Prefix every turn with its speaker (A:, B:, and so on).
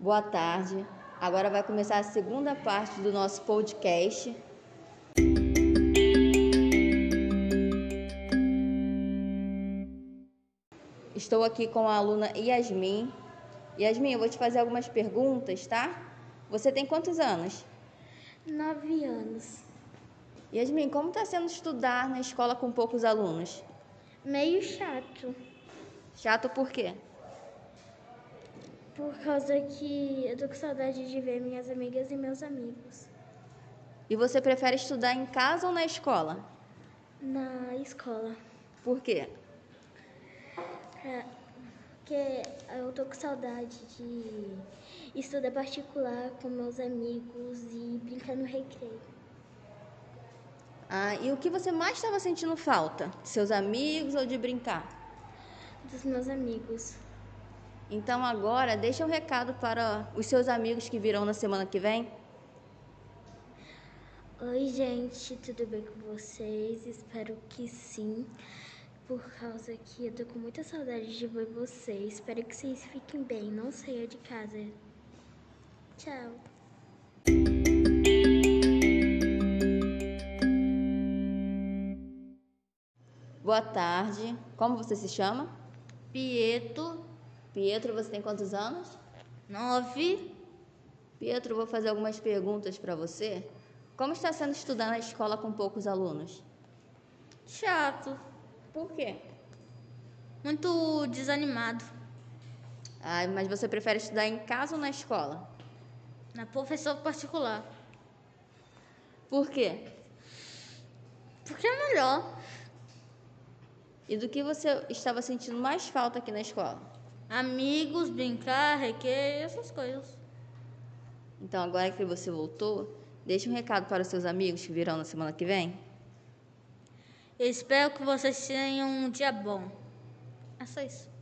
A: Boa tarde. Agora vai começar a segunda parte do nosso podcast. Estou aqui com a aluna Yasmin. Yasmin, eu vou te fazer algumas perguntas, tá? Você tem quantos anos?
B: Nove anos.
A: Yasmin, como está sendo estudar na escola com poucos alunos?
B: Meio chato,
A: Chato por quê?
B: por causa que eu tô com saudade de ver minhas amigas e meus amigos
A: E você prefere estudar em casa ou na escola?
B: na escola.
A: Por quê?
B: É, Porque eu tô com saudade de estudar particular com meus amigos e brincar no recreio.
A: Ah, e o que você mais estava sentindo falta? De seus amigos ou de brincar?
B: Dos meus amigos.
A: Então agora deixa um recado para os seus amigos que virão na semana que vem.
B: Oi, gente, tudo bem com vocês? Espero que sim. Por causa que eu tô com muita saudade de ver vocês. Espero que vocês fiquem bem. Não saia de casa. Tchau.
A: Boa tarde. Como você se chama?
C: Pietro,
A: Pietro, você tem quantos anos?
C: 9.
A: Pietro, vou fazer algumas perguntas para você. Como está sendo estudar na escola com poucos alunos?
C: Chato.
A: Por quê?
C: Muito desanimado.
A: Ah, mas você prefere estudar em casa ou na escola?
C: Na professora particular.
A: Por quê?
C: Porque é melhor.
A: E do que você estava sentindo mais falta aqui na escola?
C: Amigos, brincar, requer, essas coisas.
A: Então, agora que você voltou, deixe um recado para os seus amigos que virão na semana que vem.
C: Espero que vocês tenham um dia bom. É só isso.